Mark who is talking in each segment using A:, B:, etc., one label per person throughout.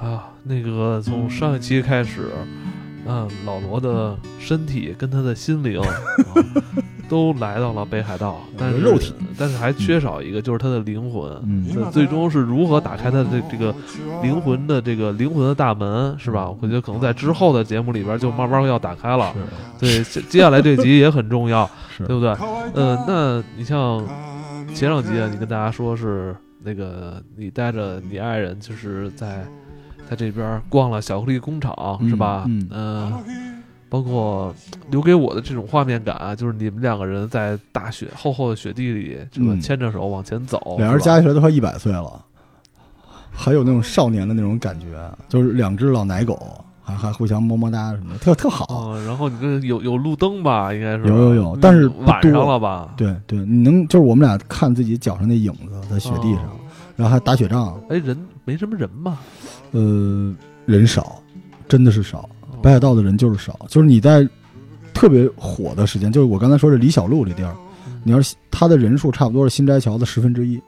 A: 啊那个从上一期开始，嗯，老罗的身体跟他的心 灵啊都来到了北海道，但是
B: 肉体，
A: 但是还缺少一个，就是他的灵魂。
B: 嗯，
A: 那最终是如何打开他的这这个灵魂的这个灵魂的大门，是吧？我觉得可能在之后的节目里边就慢慢要打开了。
B: 是
A: 对，接接下来这集也很重要，
B: 是
A: 对不对？呃，那你像前两集啊，你跟大家说是那个你带着你爱人，就是在在这边逛了巧克力工厂，
B: 嗯
A: 是吧？
B: 嗯
A: 呃包括留给我的这种画面感啊，就是你们两个人在大雪厚厚的雪地里，这个
B: 嗯
A: 牵着手往前走，
B: 俩
A: 是
B: 人
A: 吧
B: 加起来都快一百岁了，还有那种少年的那种感觉，就是两只老奶狗，还还互相么么哒什么的，特特好。
A: 哦，然后你跟有有路灯吧，应该是
B: 有有有
A: 嗯
B: 但是不
A: 晚上
B: 多
A: 了吧？
B: 对对，你能就是我们俩看自己脚上那影子在雪地上，
A: 哦
B: 然后还打雪仗，
A: 哎，人没什么人吧？
B: 呃，人少，真的是少。
A: 哦
B: 北海道的人就是少，就是你在特别火的时间，就是我刚才说这李小璐这地儿，
A: 嗯
B: 你要是它的人数差不多是新斋桥的十分之一。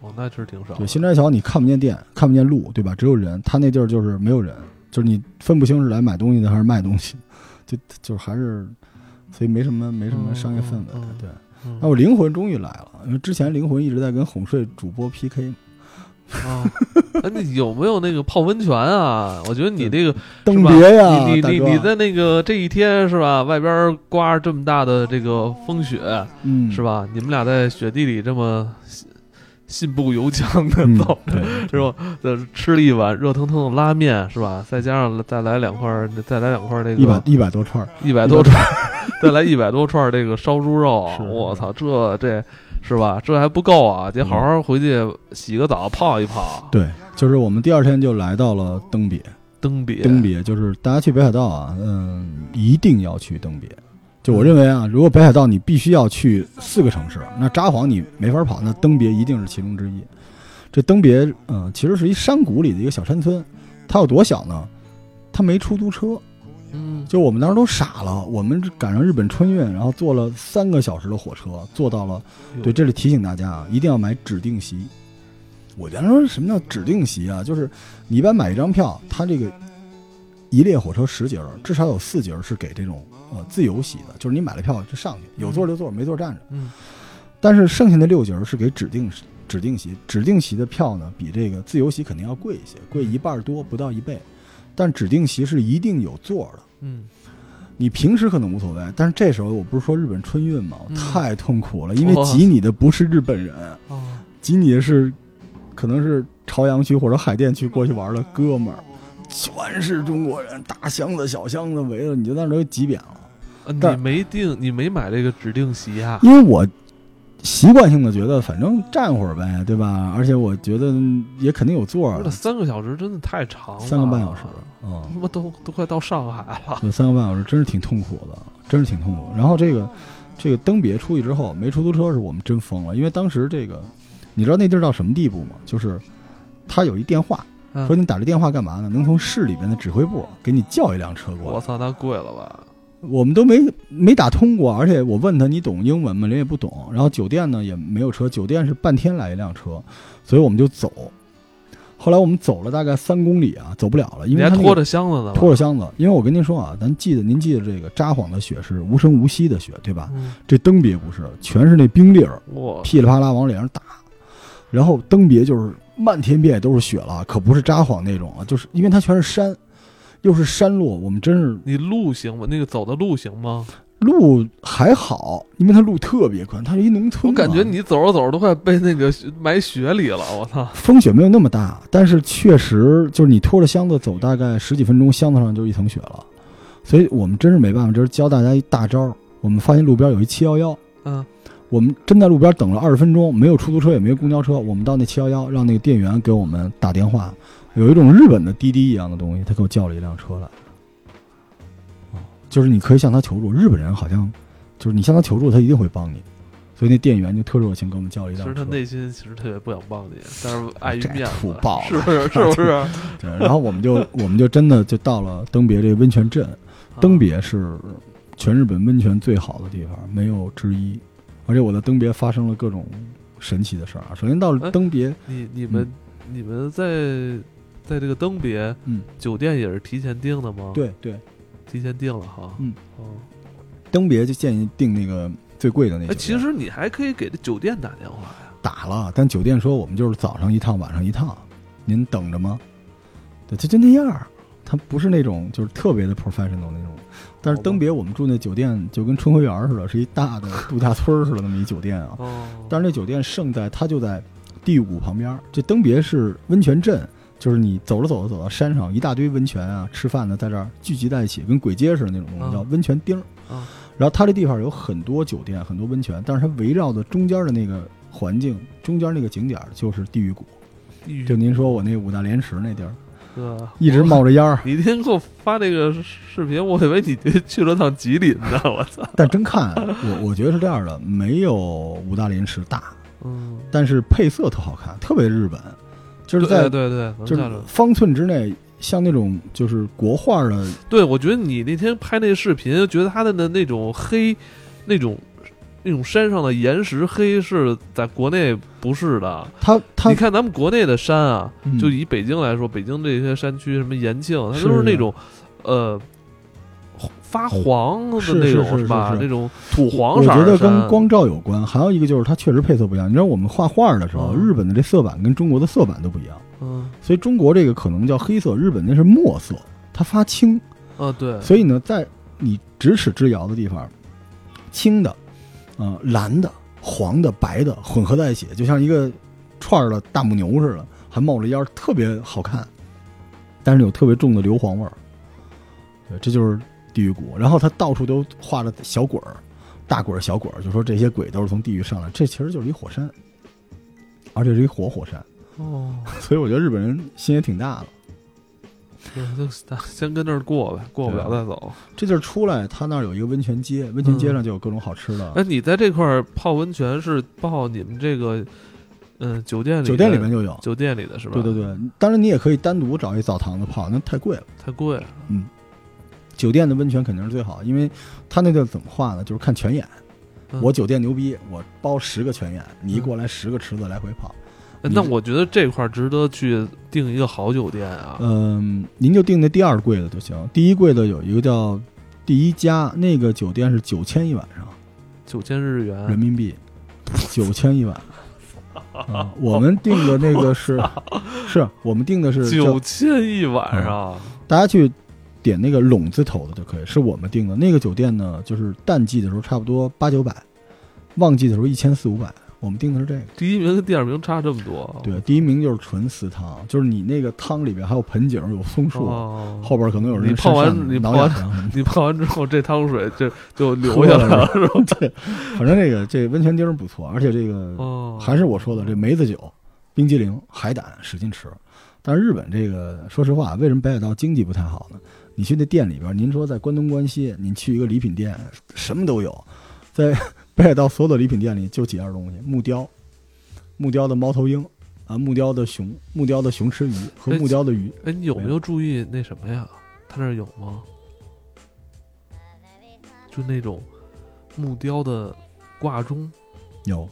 A: 哦，那确实挺少的。
B: 对，新斋桥你看不见店，看不见路，对吧？只有人，它那地儿就是没有人，就是你分不清是来买东西的还是卖东西，就就还是，所以没什么没什么商业氛围。
A: 嗯嗯嗯
B: 对，
A: 嗯
B: 那我灵魂终于来了，因为之前灵魂一直在跟哄睡主播 PK，
A: 啊， 哎，那有没有那个泡温泉啊？我觉得你这个，
B: 登别呀，
A: 你
B: 哦大
A: 你你你
B: 哥，
A: 在那个这一天是吧？外边刮着这么大的这个风雪
B: 嗯，
A: 是
B: 吧？
A: 吧？你们俩在雪地里这么信信步由缰的
B: 嗯
A: 走，，
B: 对，
A: 是吧？再吃了一碗热腾腾的拉面是吧？再加上再来两块儿，再来两块儿那个
B: 一百一百多串儿，
A: 一百多串儿， 再来一百多串儿这个烧猪肉啊，
B: 是
A: 我操，这这是吧？这还不够啊，得好好
B: 嗯
A: 回去洗个澡，泡一泡。
B: 对，就是我们第二天就来到了登别。
A: 登别，
B: 登别就是大家去北海道啊，嗯，一定要去登别。就我认为啊，如果北海道你必须要去四个城市，那札幌你没法跑，那登别一定是其中之一。这登别，嗯、其实是一山谷里的一个小山村，它有多小呢？它没出租车，
A: 嗯，
B: 就我们当时都傻了。我们赶上日本春运，然后坐了三个小时的火车，坐到了。
A: 哎
B: 对，这里提醒大家啊，一定要买指定席。我原来说什么叫指定席啊？就是你一般买一张票，它这个一列火车十节儿，至少有四节儿是给这种呃自由席的，就是你买了票就上去，有座就坐，没座站着。
A: 嗯。
B: 但是剩下的六节儿是给指定指定席，指定席的票呢，比这个自由席肯定要贵一些，贵一半儿多，不到一倍。但指定席是一定有座儿的，
A: 嗯，
B: 你平时可能无所谓，但是这时候我不是说日本春运吗？我
A: 嗯
B: 太痛苦了，因为
A: 哇
B: 挤你的不是日本人，
A: 哦，
B: 挤你的是可能是朝阳区或者海淀区过去玩的哥们儿，全是中国人，大箱子小箱子围着，你就在那儿都挤扁了。
A: 呃你
B: 但
A: 没定，你没买这个指定席啊？
B: 因为我习惯性的觉得，反正站会儿呗，对吧？而且我觉得也肯定有座儿
A: 那，三个小时真的太长了，
B: 三个半小时，嗯
A: 他，妈都都快到上海了。
B: 有三个半小时，真是挺痛苦的，真是挺痛苦。然后这个这个登别出去之后，没出租车是我们真疯了，因为当时这个你知道那地儿到什么地步吗？就是他有一电话，
A: 嗯
B: 说你打这电话干嘛呢？能从市里边的指挥部给你叫一辆车过
A: 我
B: 来。
A: 操，那贵了吧？
B: 我们都没没打通过，而且我问他你懂英文吗？人也不懂。然后酒店呢也没有车，酒店是半天来一辆车，所以我们就走。后来我们走了大概三公里啊，走不了了，因
A: 你
B: 为
A: 还
B: 他那个
A: 拖着箱子呢吧？
B: 拖着箱子，因为我跟您说啊，咱记得您记得这个札幌的雪是无声无息的雪，对吧？
A: 嗯，
B: 这登别不是，全是那冰粒儿
A: 我
B: 噼里啪啦往脸上打，然后登别就是漫天遍野都是雪了，可不是札幌那种啊，就是因为它全是山，又是山路，我们真是
A: 你路行吗？那个走的路行吗？
B: 路还好，因为它路特别宽，它是一农
A: 我
B: 村嘛，
A: 感觉你走着走着都快被那个雪埋雪里了，我操！
B: 风雪没有那么大，但是确实就是你拖着箱子走大概十几分钟，箱子上就是一层雪了。所以我们真是没办法，这是教大家一大招儿。我们发现路边有一七幺幺，
A: 嗯，
B: 我们真在路边等了二十分钟，没有出租车，也没有公交车，我们到那七幺幺，让那个店员给我们打电话。有一种日本的滴滴一样的东西，他给我叫了一辆车来。哦就是你可以向他求助，日本人好像就是你向他求助，他一定会帮你。所以那店员就特热情给我们叫了一
A: 其
B: 辆车。哎
A: 实他内心其实特别不想帮你，但是碍于
B: 这
A: 面
B: 土
A: 子，
B: 爆了
A: 是不 是？是不是？
B: 对，然后我们就我们就真的就到了登别这个温泉镇，
A: 啊
B: 登别是全日本温泉最好的地方，没有之一。而且我在登别发生了各
A: 哎
B: 啊种神奇的事儿啊。首先到了登别，
A: 你你们、你们在在这个登别，
B: 嗯，
A: 酒店也是提前订的吗？，
B: 对对，
A: 提前订了哈。
B: 嗯，
A: 哦，
B: 登别就建议订那个最贵的那酒
A: 哎，
B: 店。
A: 其实你还可以给这酒店打电话呀。
B: 打了，但酒店说我们就是早上一趟，晚上一趟，您等着吗？对，他就那样儿，他不是那种就是特别的 professional 那种。但是登别我们住那酒店就跟春晖园儿似的，是一大的度假村儿似的那么一酒店啊。
A: 哦，
B: 但是那酒店胜在它就在地狱谷旁边儿，这登别是温泉镇，就是你走着走着走到山上，一大堆温泉啊，吃饭的在这儿聚集在一起，跟鬼街似的那种东
A: 嗯
B: 西，叫温泉町儿。
A: 啊，
B: 然后它这地方有很多酒店，很多温泉，但是它围绕的中间的那个环境，中间那个景点儿就是地狱谷。
A: 地狱哦
B: 就您说我那五大连池那地儿，
A: 哥
B: 一直冒着烟儿，
A: 呃你那天给我发那个视频，我以为你去去了趟吉林呢，我操！
B: 但真看啊我我觉得是这样的，没有五大连池大，
A: 嗯，
B: 但是配色特好看，特别日本，就是
A: 对
B: 在
A: 对对，能
B: 就
A: 看
B: 是
A: 出来。
B: 方寸之内，像那种就是国画的，
A: 对，我觉得你那天拍那视频，觉得它的那那种黑，那种那种山上的岩石黑是在国内不是的。
B: 它它
A: 你看咱们国内的山啊，
B: 嗯
A: 就以北京来说，北京这些山区，什么延庆，它
B: 是
A: 都是那
B: 是
A: 种，呃，发黄的
B: 是
A: 那
B: 是
A: 种
B: 是是
A: 吧？
B: 是
A: 那种土黄
B: 我
A: 色
B: 觉
A: 儿
B: 得
A: 的
B: 跟
A: 山，
B: 光照有关，还有一个就是它确实配色不一样。你知道我们画画的时候，
A: 嗯
B: 日本的这色板跟中国的色板都不一样。
A: 嗯
B: 所以中国这个可能叫黑色，日本那是墨色，它发青。
A: 啊，对，
B: 所以呢，在你咫尺之遥的地方，青的、呃蓝的、黄的、白的混合在一起，就像一个串儿的大母牛似的，还冒着烟儿，特别好看，但是有特别重的硫磺味儿。对，这就是地狱谷。然后它到处都画着小鬼儿、大鬼儿、小鬼儿，就说这些鬼都是从地狱上来，这其实就是一火山，而且是一活火山。
A: 哦，
B: 所以我觉得日本人心也挺大的。
A: 对就咱先跟这儿过呗，过不了
B: 啊
A: 再走。
B: 这地儿出来，它那儿有一个温泉街，温泉街上就有各种好吃的。
A: 哎，你在这块儿泡温泉是泡你们这个，嗯，酒店里
B: 酒店里面就有。
A: 酒店里的是吧？
B: 对对，对，当然你也可以单独找一澡堂子泡，那太贵了。
A: 太贵了。
B: 酒店的温泉肯定是最好，因为它那个怎么画呢？就是看泉眼。
A: 嗯
B: 我酒店牛逼，我包十个泉眼，你一过来十个池子来回泡。
A: 哎
B: 你
A: 那我觉得这块儿值得去订一个好酒店啊。
B: 嗯，您就订那第二贵的就行。第一贵的有一个叫第一家，那个酒店是九千一晚上。
A: 九千日元，
B: 人民币，九千一晚。 啊，我们定的那个是，是我们定的是
A: 九
B: 叫
A: 千一晚上，啊
B: 大家去点那个拢字头的就可以，是我们定的那个酒店呢，就是淡季的时候差不多八九百，旺季的时候一千四五百，我们定的是这个。嗯
A: 第一名跟第二名差这么多。
B: 对，第一名就是纯私汤，就是你那个汤里边还有盆景，有松树，
A: 哦，
B: 后边可能有人
A: 你泡完
B: 扇扇子
A: 你
B: 挠
A: 泡完
B: 痒痒什么的
A: 你泡完之后，这汤水就就流下来了，是吧？
B: 对，反正这个这温泉地儿不错，而且这个
A: 哦，
B: 还是我说的这梅子酒、冰激凌、海胆使劲吃。但是日本这个，说实话，为什么北海道经济不太好呢？你去那店里边，您说在关东关西，你去一个礼品店，什么都有，在 北海道所有的礼品店里就几样东西：木雕、木雕的猫头鹰啊，木雕的熊、木雕的熊吃鱼和木雕的鱼。
A: 哎，你有没有注意那什么呀？他那儿有吗？就那种木雕的挂钟，
B: 有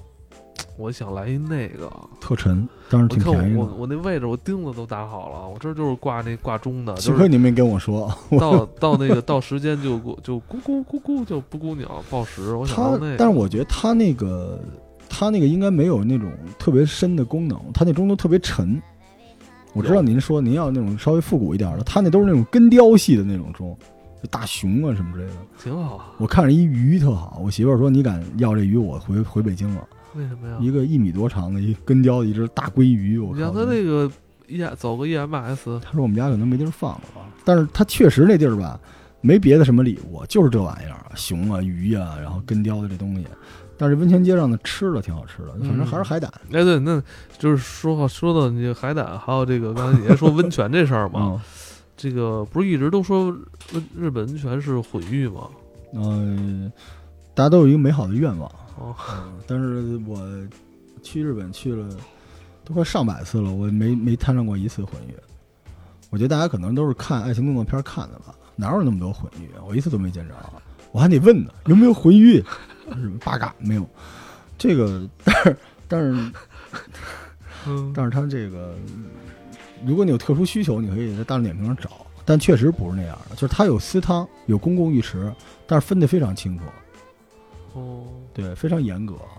A: 我想来一那个。
B: 特沉，但是
A: 我
B: 挺
A: 看
B: 便宜
A: 我我
B: 的。
A: 我那位置我钉子都打好了，我这儿就是挂那挂钟的，
B: 幸
A: 就
B: 亏
A: 是
B: 您没跟我说，啊
A: 到到那个到时间就咕就咕咕咕咕就布谷鸟报时，我想
B: 它
A: 要那，
B: 但
A: 个。
B: 是我觉得它那个，它那个应该没有那种特别深的功能，它那钟都特别沉。我知道您说您要那种稍微复古一点的，它那都是那种根雕系的那种钟，就大熊啊什么之类的。
A: 挺好啊。
B: 我看着一鱼特好，我媳妇儿说你敢要这鱼，我回回北京了。
A: 为什么呀？
B: 一个一米多长的一根雕的一只大鲑鱼，我
A: 啊你让
B: 靠！
A: 他那个 E 走个 EMS，
B: 他说我们家可能没地儿放了吧，但是他确实那地儿吧，没别的什么礼物，就是这玩意儿，熊啊、鱼啊，然后根雕的这东西。但是温泉街上的吃的挺好吃的，反正还是海胆。
A: 哎对，那就是说好说到你海胆，还有这个刚才你还说温泉这事儿嘛，
B: 嗯，
A: 这个不是一直都说日日本温泉是毁誉吗？
B: 呃，大家都有一个美好的愿望。
A: 哦
B: 嗯，但是我去日本去了都快上百次了，我没没摊上过一次混浴。我觉得大家可能都是看爱情动作片看的吧，哪有那么多混浴啊？我一次都没见着，我还得问呢，有没有混浴？日本八嘎没有。这个，但是但是
A: 嗯，
B: 但是他这个如果你有特殊需求，你可以在大众点评上找，但确实不是那样的，就是它有私汤，有公共浴池，但是分得非常清楚，
A: 哦，
B: 对，非常严格，啊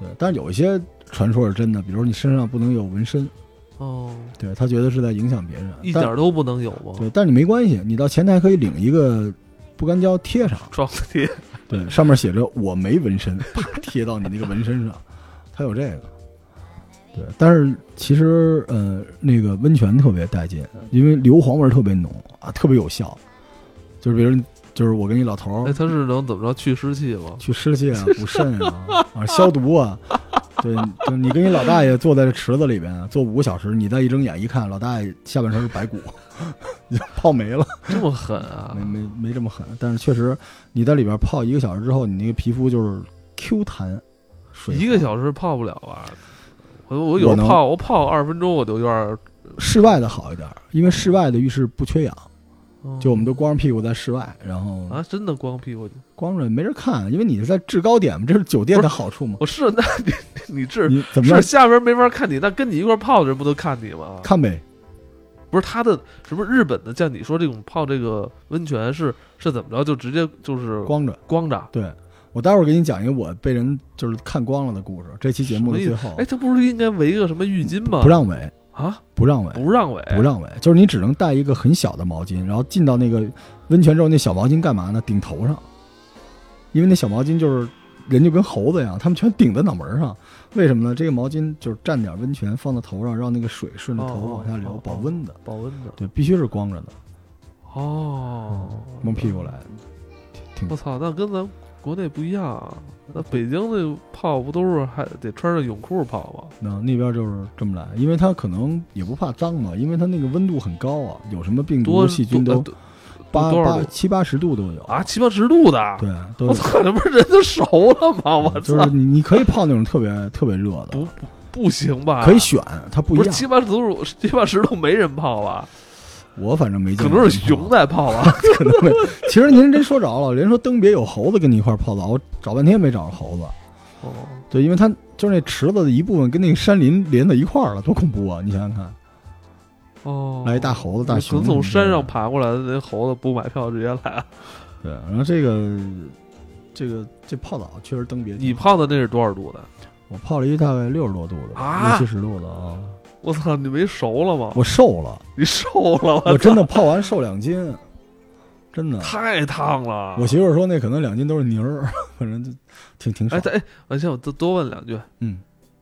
B: 对。但是有一些传说是真的，比如你身上不能有纹身，
A: 哦，
B: 对他觉得是在影响别人，
A: 一
B: 但
A: 点都不能有吗？
B: 对，但是你没关系，你到前台可以领一个不干胶贴上，
A: 装贴，
B: 对，上面写着“我没纹身”， 啪贴到你那个纹身上，它有这个。对，但是其实呃，那个温泉特别带劲，因为硫磺味儿特别浓啊，特别有效。就是比如，就是我跟一老头
A: 哎，
B: 儿
A: 它是能怎么着去湿气吗？
B: 去湿气啊、补肾啊、 啊消毒啊，对，就你跟一老大爷坐在这池子里边坐五个小时，你再一睁眼一看，老大爷下半身是白骨， 就泡没了。
A: 这么狠啊
B: 没！没没这么狠，但是确实你在里边泡一个小时之后，你那个皮肤就是 Q 弹，水
A: 一个小时泡不了吧？我我有
B: 我能
A: 泡，我泡二十分钟我就有点儿，
B: 室外的好一点，因为室外的浴室不缺氧，
A: 嗯
B: 就我们都光着屁股在室外，然后
A: 啊，真的光屁股。
B: 光着没人看，因为你是在制高点嘛，这是酒店的好处嘛。
A: 我是那你你这
B: 你怎么
A: 是
B: 着
A: 下边没法看你，那跟你一块儿泡的人不都看你吗？
B: 看呗？
A: 不是他的，是不是日本的？像你说这种泡这个温泉是是怎么着？就直接就是
B: 光着。
A: 光着。
B: 对我待会儿给你讲一个我被人就是看光了的故事，这期节目的
A: 什
B: 最
A: 么
B: 后
A: 哎，他不是应该围个什么浴巾吗？
B: 不让围，
A: 啊，
B: 不让围。
A: 不让围，
B: 不让围，就是你只能带一个很小的毛巾，然后进到那个温泉之后，那小毛巾干嘛呢？顶头上，因为那小毛巾就是人就跟猴子一样，他们全顶在脑门上。为什么呢？这个毛巾就是蘸点温泉放到头上，让那个水顺着头发往下流，
A: 哦哦哦
B: 保温的。
A: 保温的。
B: 对，必须是光着的，
A: 哦，
B: 蒙屁股来的。
A: 我操，那跟咱国内不一样啊。那北京那泡不都是还得穿着泳裤泡吗？
B: 那那边就是这么来，因为它可能也不怕脏嘛，因为它那个温度很高啊，有什么病毒、
A: 多
B: 细菌都
A: 多
B: 八
A: 多
B: 八
A: 少度
B: 七八十度都有
A: 啊，。七八十度的。
B: 对，都有嗯
A: 我操，这不是人都熟了吗？我
B: 就
A: 操
B: 是，你你可以泡那种特别特别热的，
A: 不不不行吧？
B: 可以选，它不一
A: 不是
B: 样。
A: 七八十度，七八十度没人泡吧？
B: 我反正没
A: 可
B: 见过，
A: 能是熊，在泡吧。
B: 可能没。其实您真说着了，人说登别有猴子跟你一块儿泡澡，我找半天没找着猴子。
A: 哦，
B: 对，因为它就是那池子的一部分跟那个山林连在一块儿了，多恐怖啊！你想想看，
A: 哦，
B: 来一大猴子、大
A: 可
B: 熊，
A: 能从山上。爬过来的那猴子不买票直接来了。
B: 对，然后这个这个这泡澡确实登别，
A: 你泡的那是多少度的？
B: 我泡了一大概六十多度的，
A: 啊
B: 六七十度的啊，
A: 我操，你没熟了吗？
B: 我瘦了，
A: 你瘦了吗？
B: 我真的泡完瘦 两斤，真的。
A: 太烫了。
B: 我媳妇儿说那可能两斤都是泥儿，反正就挺挺
A: 哎，
B: 爽。
A: 咱哎，文倩，我多多问两句。
B: 嗯，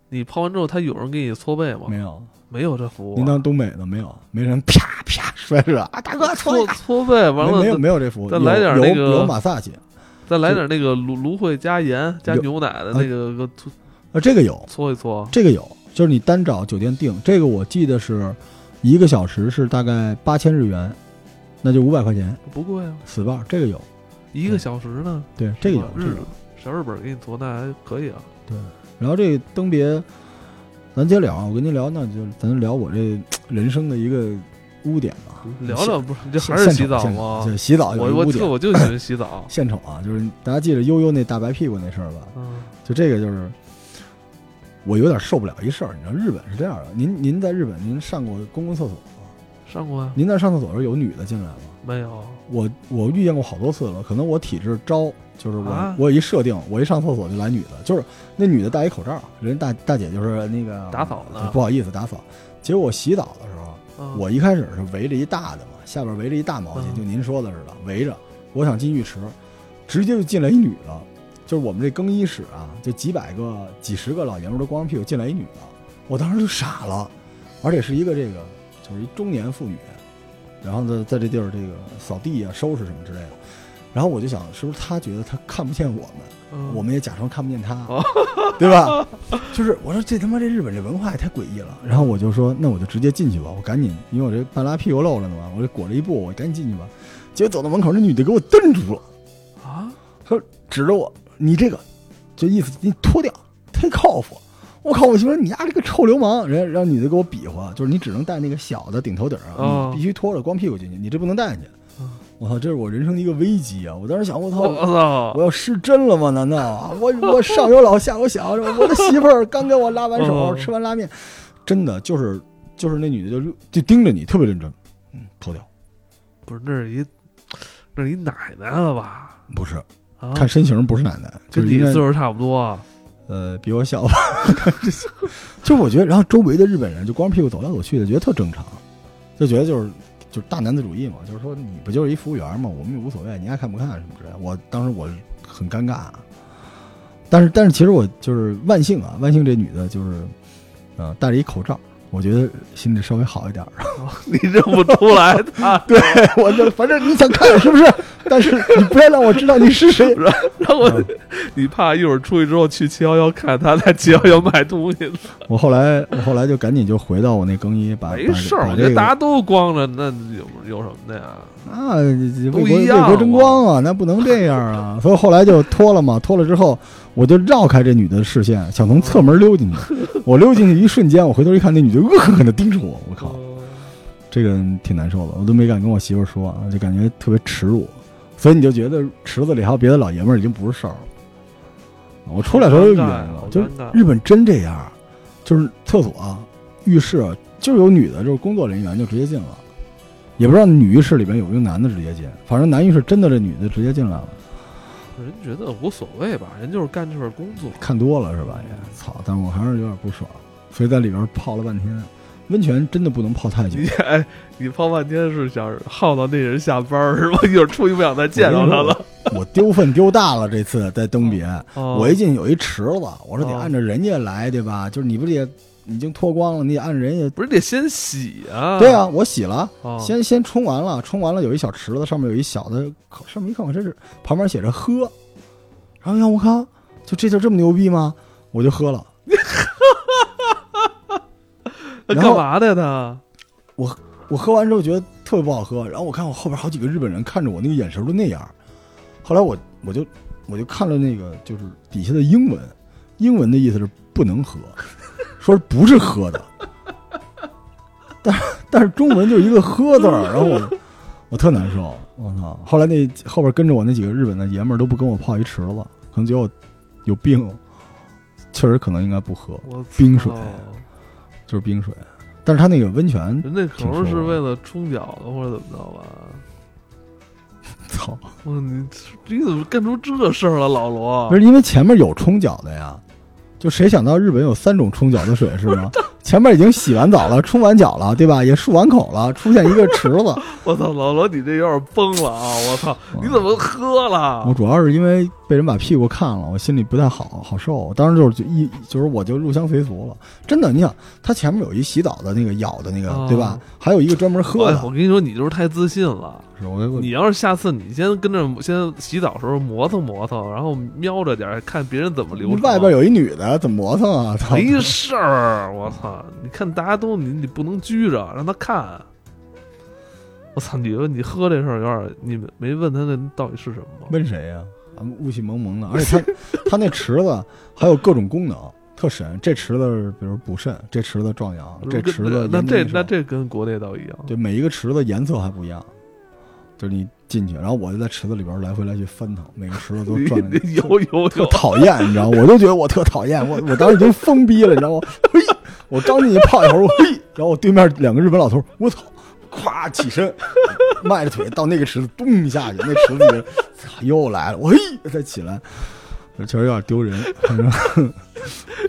A: 你泡完之后，他有人给你搓背吗？
B: 没，有，
A: 没有这服务
B: 您
A: 啊。
B: 当东北的没有？没人啪啪摔着啊，大哥
A: 搓
B: 搓
A: 搓背 完
B: 没没有
A: 了，
B: 没有这服务，
A: 再
B: 有
A: 来点
B: 有
A: 那个
B: 有马萨去
A: 再来点那个芦芦荟加盐加
B: 有
A: 牛奶的那个个搓
B: 啊，这个有，
A: 搓一搓。
B: 这个有，就是你单找酒店订，这个我记得是一个小时是大概八千日元，那就五百块钱
A: 不贵啊，
B: ，SPA 这个有，
A: 一个小时呢，
B: 对，这个有
A: 是吧，
B: 这
A: 日
B: 个有
A: 小日本给你做那还可以啊。
B: 对。然后这登别，咱接着聊啊，我跟您聊，那就咱聊我这人生的一个污点吧，
A: 聊聊不是，你这
B: 嗯现
A: 还是洗
B: 现
A: 澡
B: 现
A: 吗？
B: 就洗澡有一
A: 我我
B: 个污
A: 就
B: 点，。
A: 我就喜欢洗澡
B: 献丑啊，就是大家记得悠悠那大白屁股那事儿吧。
A: 嗯，
B: 就这个就是我有点受不了一事儿。你知道日本是这样的，您您在日本您上过公共厕所吗？
A: 上过啊？
B: 您在上厕所的时候有女的进来吗？
A: 没有。
B: 我我遇见过好多次了，可能我体质招，就是我、
A: 啊
B: 我有一设定，我一上厕所就来女的，就是那女的戴一口罩，人大大姐就是那个
A: 打扫呢
B: 不好意思打扫。结果我洗澡的时候，
A: 嗯
B: 我一开始是围着一大的嘛，下边围着一大毛巾，
A: 嗯
B: 就您说的似的，围着。我想进浴池，直接就进来一女的，就是我们这更衣室啊，就几百个、几十个老爷们儿都光着屁股进来一女的，我当时就傻了，而且是一个这个就是一中年妇女，然后呢在这地儿这个扫地啊、收拾什么之类的，然后我就想，是不是她觉得她看不见我们？
A: 嗯
B: 我们也假装看不见他
A: 哦，
B: 对吧？就是我说这他妈这日本这文化也太诡异了。然后我就说那我就直接进去吧，我赶紧，因为我这半拉屁股露着呢嘛，我就裹着一布，我赶紧进去吧。结果走到门口，那女的给我瞪住了，
A: 啊，
B: 指着我，你这个，就意思你脱掉，take off。我靠！我媳妇儿，你丫这个臭流氓！人家让女的给我比划，就是你只能戴那个小的顶头顶儿啊，
A: 哦
B: 你必须脱了光屁股进去，你这不能戴进去
A: 嗯。
B: 我操，这是我人生的一个危机啊！我当时想，我操，
A: 我操！
B: 我要失真了吗？难道 我我上有老下有小，我的媳妇儿刚给我拉完手，
A: 哦
B: 吃完拉面，真的就是就是那女的就就盯着你，特别认真，嗯，脱掉，
A: 不是那是一那是一奶奶了吧？
B: 不是，
A: 啊，
B: 看身形不是奶奶，就
A: 跟
B: 是
A: 你
B: 应
A: 岁
B: 该
A: 数差不多，啊
B: 呃比我小吧， 就是我觉得，然后周围的日本人就光屁股走来走去的，觉得特正常，就觉得就是就是大男子主义嘛，就是说你不就是一服务员嘛，我们也无所谓，你爱看不看什么之类的。我当时我很尴尬，但是但是其实我就是万幸啊，万幸这女的就是呃戴着一口罩，我觉得心里稍微好一点儿。
A: 你认不出 来他，
B: 对，我就反正你想看是不 是？但是你不要让我知道你是谁。
A: 然后我
B: 嗯
A: 你怕一会儿出去之后去七幺幺看他在七幺幺卖东西，
B: 我后来我后来就赶紧就回到我那更衣，把把
A: 没事
B: 啊把
A: 儿，我
B: 这
A: 觉得大
B: 个
A: 家都光着，那有有什么的呀？
B: 啊为
A: 都
B: 国
A: 一
B: 为
A: 样
B: 国争光啊，那不能这样啊。 所以后来就脱了嘛，脱了之后我就绕开这女的视线，想从侧门溜进去。我溜进去一瞬间，我回头一看，那女的恶狠狠地盯着我，我靠，
A: 嗯
B: 这个挺难受的，我都没敢跟我媳妇说啊，就感觉特别耻辱。所以你就觉得池子里还有别的老爷们儿已经不是事儿了。我出来的时候就
A: 好
B: 远
A: 尴尬呀
B: 了
A: 好，
B: 就是
A: 尴尬
B: 日本真这样，就是厕所啊、浴室啊就有女的，就是工作人员就直接进了，也不知道女浴室里边有没有男的直接进，反正男浴室真的这女的直接进来了，
A: 人觉得无所谓吧，人就是干这份工作。
B: 看多了是吧？也操，但我还是有点不爽，所以在里边泡了半天。温泉真的不能泡太久
A: 你，哎，你泡半天是想耗到那人下班儿 是吧？一会儿出去不想再 见到他了。
B: 我丢粪丢大了。这次在东别，
A: 哦
B: 我一进有一池子，我说得
A: 哦
B: 按照人家来，对吧？就是你不得已经脱光了，你得按人家。
A: 不是得先洗啊？
B: 对啊，，我洗了，
A: 哦、
B: 先先冲完了，冲完了有一小池子，上面有一小的，口上面一看我这是旁边写着喝，然后让我看，就这就这么牛逼吗？我就喝了，
A: 那
B: 然
A: 干
B: 后
A: 嘛的他？
B: 我喝完之后觉得特别不好喝，然后我看我后边好几个日本人看着我那个眼神都那样，后来我我就我就看了那个就是底下的英文，英文的意思是不能喝，说是不是喝的，但是但是中文就是一个喝字儿，然后我我特难受，我操！后来那后边跟着我那几个日本的爷们儿都不跟我泡一池子，可能觉得我有病，确实可能应该不喝，
A: 我
B: 冰水
A: 操
B: 就是冰水，但是他那个温泉
A: 人那可
B: 挺
A: 能
B: 瘦
A: 是
B: 的
A: 为了冲脚的或者怎么着吧？
B: 操。
A: 我你你怎么干出这事儿了，老罗
B: 不？是因为前面有冲脚的呀，就谁想到日本有三种冲脚的水是吗？前面已经洗完澡了，冲完脚了，对吧？也漱完口了，出现一个池子。
A: 我操，老罗，你这有点崩了啊！我操，你怎么喝了
B: 我？主要是因为被人把屁股看了，我心里不太好好受。当时就是就一就是我就入乡随俗了，真的。你想，它前面有一洗澡的那个舀的那个，
A: 哦
B: 对吧？还有一个专门喝的
A: 哎，我，跟你说，你就是太自信了。
B: 是我我
A: 你要是下次你先跟着先洗澡的时候磨蹭磨蹭，然后瞄着点儿看别人怎么流程。
B: 外边有一女的，怎么磨蹭啊？操！
A: 没事儿，我操！你看大家都你你不能拘着，让他看。我操，你说你喝这事儿有点儿，你没问他那到底是什么吗？
B: 问谁呀、咱们雾气蒙蒙的，而且它它那池子还有各种功能，特神。这池子比如补肾，这池子壮阳，这
A: 跟
B: 池子
A: 那那
B: 延
A: 这
B: 年益寿
A: 那这跟国内倒一样。
B: 对每一个池子颜色还不一样，就是你进去，然后我就在池子里边来回来去翻腾，每个 池子都
A: 你
B: 转了
A: 你有有
B: 特
A: 有，
B: 讨厌，你知道吗？我都觉得我特讨厌，我 我当时已经疯逼了，你知道吗？ 嘿，我刚进去泡一会儿，我嘿，然后我对面两个日本老头儿，我操，咵起身，迈着腿到那个池子，咚一下去，那池子里面 操又来了，我嘿再起来，确实有点丢人。 反正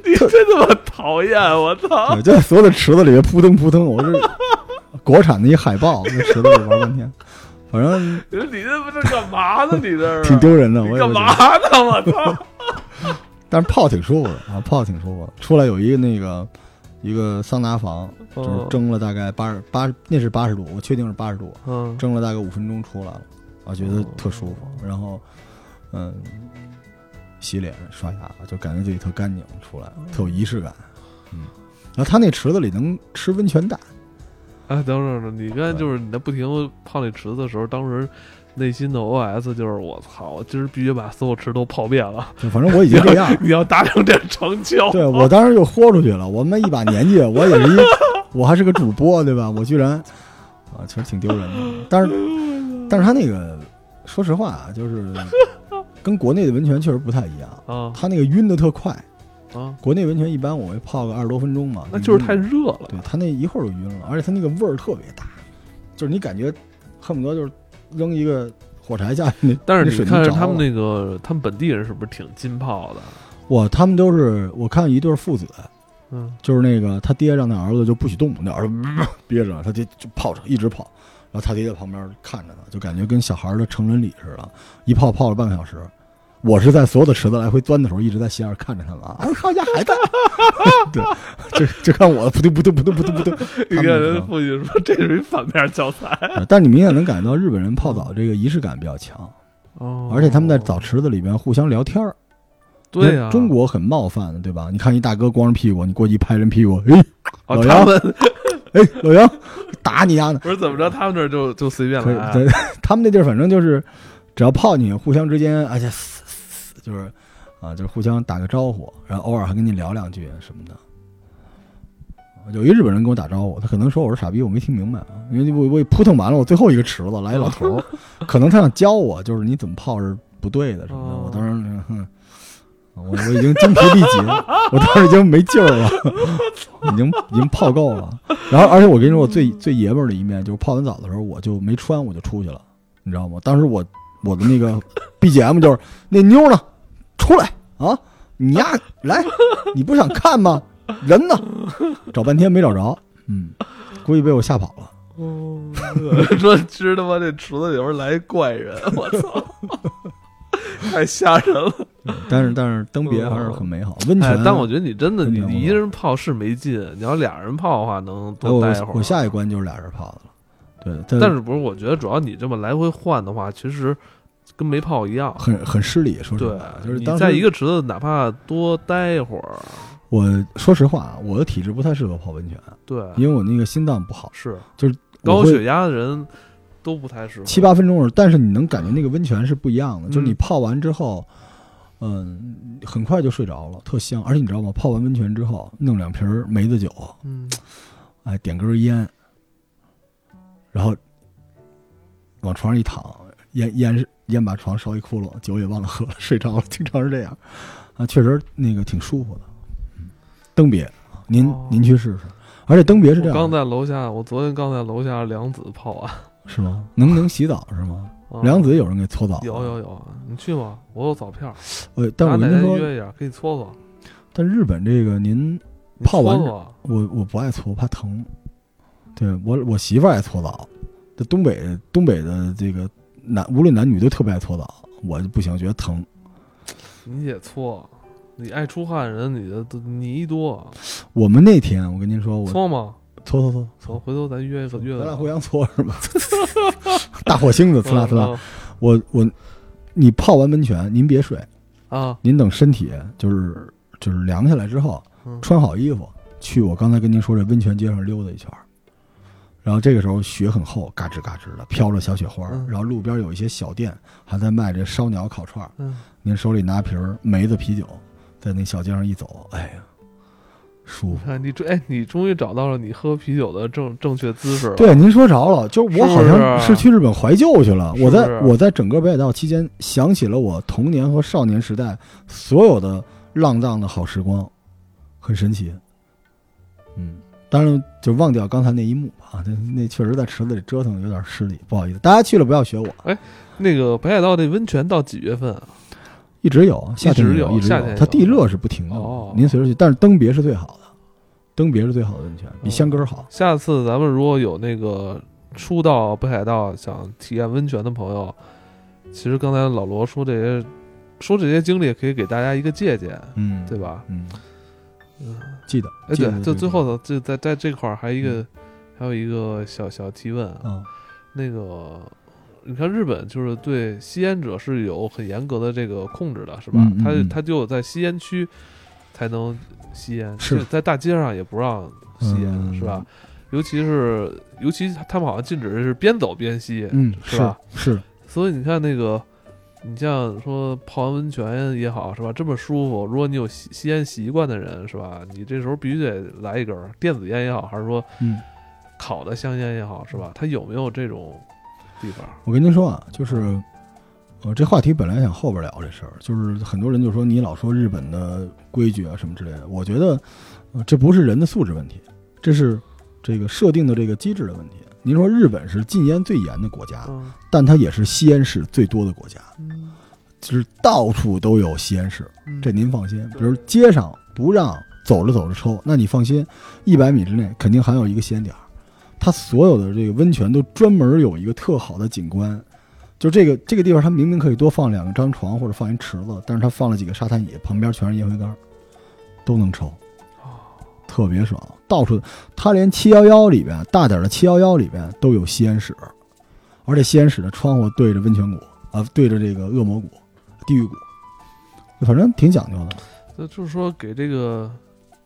A: 你真他妈讨厌！我操！
B: 对就在所有的池子里面扑腾扑腾，我是 国产的一海报，那池子里玩半天，反正
A: 你这不是干嘛呢？你这是
B: 挺丢人的。我
A: 你
B: 也
A: 干
B: 不知道
A: 嘛呢？我操！
B: 但是泡挺舒服的啊，泡挺舒服的。出来有一个那个一个桑拿房，
A: 哦
B: 就是蒸了大概八十八，那是八十度，我确定是八十度，
A: 嗯，
B: 蒸了大概五分钟出来了，啊，觉得
A: 哦
B: 特舒服。然后，嗯，洗脸刷牙，就感觉自己特干净，出来
A: 哦
B: 特有仪式感。嗯，然后他那池子里能吃温泉蛋，
A: 哎，等会儿等会儿，你刚才就是你在不停地泡那池子的时候，当时内心的 OS 就是我操，我今儿必须把所有池都泡遍了。。
B: 就反正我已经这样了
A: 你要达成这成就，
B: 对我当时就豁出去了，我们一把年纪，我也 是一，我还是个主播，对吧？我居然啊，其实挺丢人的。 但是，但是他那个，说实话啊，就是跟国内的温泉确实不太一样，
A: 啊，
B: 他那个晕的特快，
A: 啊，
B: 国内温泉一般我会泡个二十多分钟嘛，
A: 那就是太
B: 晕了
A: 热了。
B: 嗯对它那一会儿就晕了，而且它那个味儿特别大，就是你感觉恨不得就是扔一个火柴下去，那
A: 但
B: 那
A: 是
B: 水
A: 你
B: 能
A: 看
B: 着
A: 他们
B: 了
A: 那个，他们本地人是不是挺浸泡的？
B: 哇，他们都是我看一对父子，
A: 嗯，
B: 就是那个他爹让他儿子就不许动，那儿子 嗯憋着，他爹就泡着，一直泡，然后他爹在旁边看着他，就感觉跟小孩的成人礼似的，一泡泡了半个小时。我是在所有的池子来回钻的时候，一直在斜眼看着他们啊，
A: 哎
B: 啊，他家 还在， 对，就就看我扑通扑通扑通扑通扑通，
A: 你看
B: 们
A: 人
B: 那
A: 家父亲说这是一反面教材。
B: 呃但你明显能感觉到日本人泡澡这个仪式感比较强，
A: 哦
B: 而且他们在澡池子里边互相聊天儿。
A: 对啊呀，
B: 中国很冒犯的，对吧？你看一大哥光着屁股，你过去一拍人屁股，哎
A: 哦，
B: 老
A: 他
B: 杨
A: 们
B: 哎，老杨，打你丫啊的！
A: 不是怎么着，他们这儿就就随便
B: 可以
A: 来，啊
B: 对， 他们那地儿反正就是，只要泡进去，互相之间，而且嘶嘶就是啊，就是互相打个招呼，然后偶尔还跟你聊两句什么的。有一日本人跟我打招呼，他可能说我是傻逼，我没听明白啊，因为我我也扑腾完了，我最后一个池子来一老头儿，可能他想教我，就是你怎么泡是不对的什么的。我当时，哼，我我已经精疲力竭了，我当时已经没劲儿了，已经已经泡够了。然后，而且我跟你说，我最最爷们儿的一面就是泡完澡的时候，我就没穿，我就出去了，你知道吗？当时我我的那个 BGM 就是那妞呢，出来啊，你呀来，你不想看吗？人呢？找半天没找着，嗯，估计被我吓跑了。
A: 哦， 说吃他妈这池子里边来一怪人，我 操，太吓人了。
B: 但是但是登别还是很美好，呃温
A: 哎
B: 泉。，
A: 但我觉得你真的，
B: 真
A: 你
B: 的
A: 你
B: 我
A: 一人泡是没劲，你要俩人泡的话，能
B: 哎
A: 多
B: 我
A: 待一会儿。啊
B: 我下一关就是俩人泡的了。对，
A: 但是不是？我觉得主要你这么来回换的话，其实跟没泡一样。
B: 很很失礼，说实
A: 对
B: 话，，就是
A: 你
B: 当时
A: 在一个池子，哪怕多待一会儿，
B: 我说实话，啊我的体质不太适合泡温泉，啊
A: 对，
B: 因为我那个心脏不好，
A: 是
B: 就是我
A: 高
B: 会
A: 血压的人都不太适合。
B: 七八分钟了，但是你能感觉那个温泉是不一样的，
A: 嗯
B: 就是你泡完之后，嗯，很快就睡着了，特香。而且你知道吗？泡完温泉之后，弄两瓶儿梅子酒，
A: 嗯，
B: 哎，点根儿烟，然后往床上一躺，烟烟是烟把床烧一窟窿，酒也忘了喝了，睡着了， 经常是这样啊，确实那个挺舒服的。嗯登别，您、
A: 哦
B: 您去试试，而且登别是这
A: 我
B: 样
A: 刚
B: 的，
A: 在楼下，我昨天刚在楼下梁子泡完。
B: 是吗？能能洗澡是吗？
A: 啊
B: 梁子有人给搓澡，
A: 有有有，你去吗？我有澡票，
B: 呃，但我
A: 咱
B: 跟
A: 俩
B: 您
A: 哪
B: 说
A: 天，约一下，给你搓搓。
B: 但日本这个您，
A: 你
B: 泡完
A: 搓啊搓
B: 我我不爱搓，我怕疼。对我我媳妇儿爱搓澡，这东北东北的这个男无论男女都特别爱搓澡，我就不行，觉得疼。
A: 你也搓，你爱出汗人，你的都泥多，
B: 我们那天我跟您说，我
A: 搓
B: 搓
A: 吗？
B: 搓搓，
A: 搓，回头咱约一个约个澡。
B: 咱俩互相搓是吧？ 大火星子，呲啦呲啦。
A: 嗯
B: 我我，你泡完温泉，您别睡，
A: 嗯啊，
B: 您等身体就是就是凉下来之后，
A: 嗯
B: 穿好衣服，去我刚才跟您说这温泉街上溜达一圈儿。然后这个时候雪很厚，嘎吱嘎吱的飘着小雪花儿。
A: 嗯
B: 然后路边有一些小店还在卖这烧鸟烤串儿，
A: 嗯，
B: 您手里拿瓶儿梅子啤酒，在那小街上一走，哎呀，舒
A: 你
B: 服。
A: 看你终哎，你终于找到了你喝啤酒的正正确姿势了。
B: 对，您说着了，就是我
A: 是
B: 好
A: 不
B: 像
A: 是
B: 是去日本怀旧去了。
A: 是
B: 我
A: 不
B: 在
A: 是啊
B: 我在整个北海道期间，想起了我童年和少年时代所有的浪荡的好时光，很神奇。嗯，当然就忘掉刚才那一幕吧啊，那那确实在池子里折腾有点失礼，不好意思，大家去了不要学我，
A: 那个北海道这温泉到几月份啊？
B: 一直有，夏天
A: 一直
B: 有，
A: 有
B: 一直
A: 夏天有啊
B: 它地热是不停的，
A: 哦
B: 您随时去，但是登别是最好的，登别是最好的温泉，比
A: 哦
B: 香根儿好。
A: 下次咱们如果有那个初到北海道想体验温泉的朋友，其实刚才老罗说这些，说这些经历可以给大家一个借鉴，
B: 嗯，
A: 对吧？
B: 嗯，
A: 嗯，
B: 记得，
A: 哎，
B: 记得
A: 对，
B: 这
A: 就
B: 个
A: 最后的就在在这块儿还有一
B: 嗯
A: 个还有一个小小提问啊，
B: 啊，
A: 那个你看日本就是对吸烟者是有很严格的这个控制的，是吧
B: 嗯？嗯
A: 他
B: 嗯
A: 他就有在吸烟区才能吸烟，
B: 是
A: 就在大街上也不让吸
B: 嗯
A: 烟，是吧？尤其是尤其他们好像禁止是边走边吸，
B: 嗯，
A: 是
B: 是
A: 吧
B: 是，
A: 所以你看那个。你像说泡完温泉也好是吧，这么舒服。如果你有吸吸烟习惯的人是吧，你这时候必须得来一根儿电子烟也好，还是说
B: 嗯。
A: 烤的香烟也好是吧？它有没有这种地方？
B: 我跟您说啊，就是，呃，这话题本来想后边聊这事儿，就是很多人就说你老说日本的规矩啊什么之类的，我觉得、呃、这不是人的素质问题，这是这个设定的这个机制的问题。您说日本是禁烟最严的国家，
A: 嗯
B: 但它也是吸烟室最多的国家，
A: 嗯
B: 就是到处都有吸烟室，
A: 嗯
B: 这您放心。比如街上不让走着走着抽，那你放心，一百米之内肯定还有一个吸烟点儿。它所有的这个温泉都专门有一个特好的景观，就这个这个地方，它明明可以多放两张床或者放一池子，但是它放了几个沙滩椅，旁边全是烟灰缸，都能抽，特别爽。到处，它连七幺幺里边大点儿的七幺幺里边都有吸烟室，而且吸烟室的窗户对着温泉谷啊、对着这个恶魔谷、地狱谷，反正挺讲究的。
A: 那就是说给这个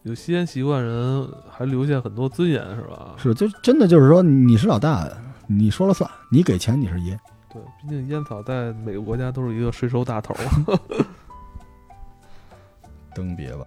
A: 有吸烟习惯人还留下很多尊严是吧？
B: 是，就真的就是说，你是老大，你说了算，你给钱你是爷。
A: 对，毕竟烟草在每个国家都是一个税收大头。
B: 登别吧。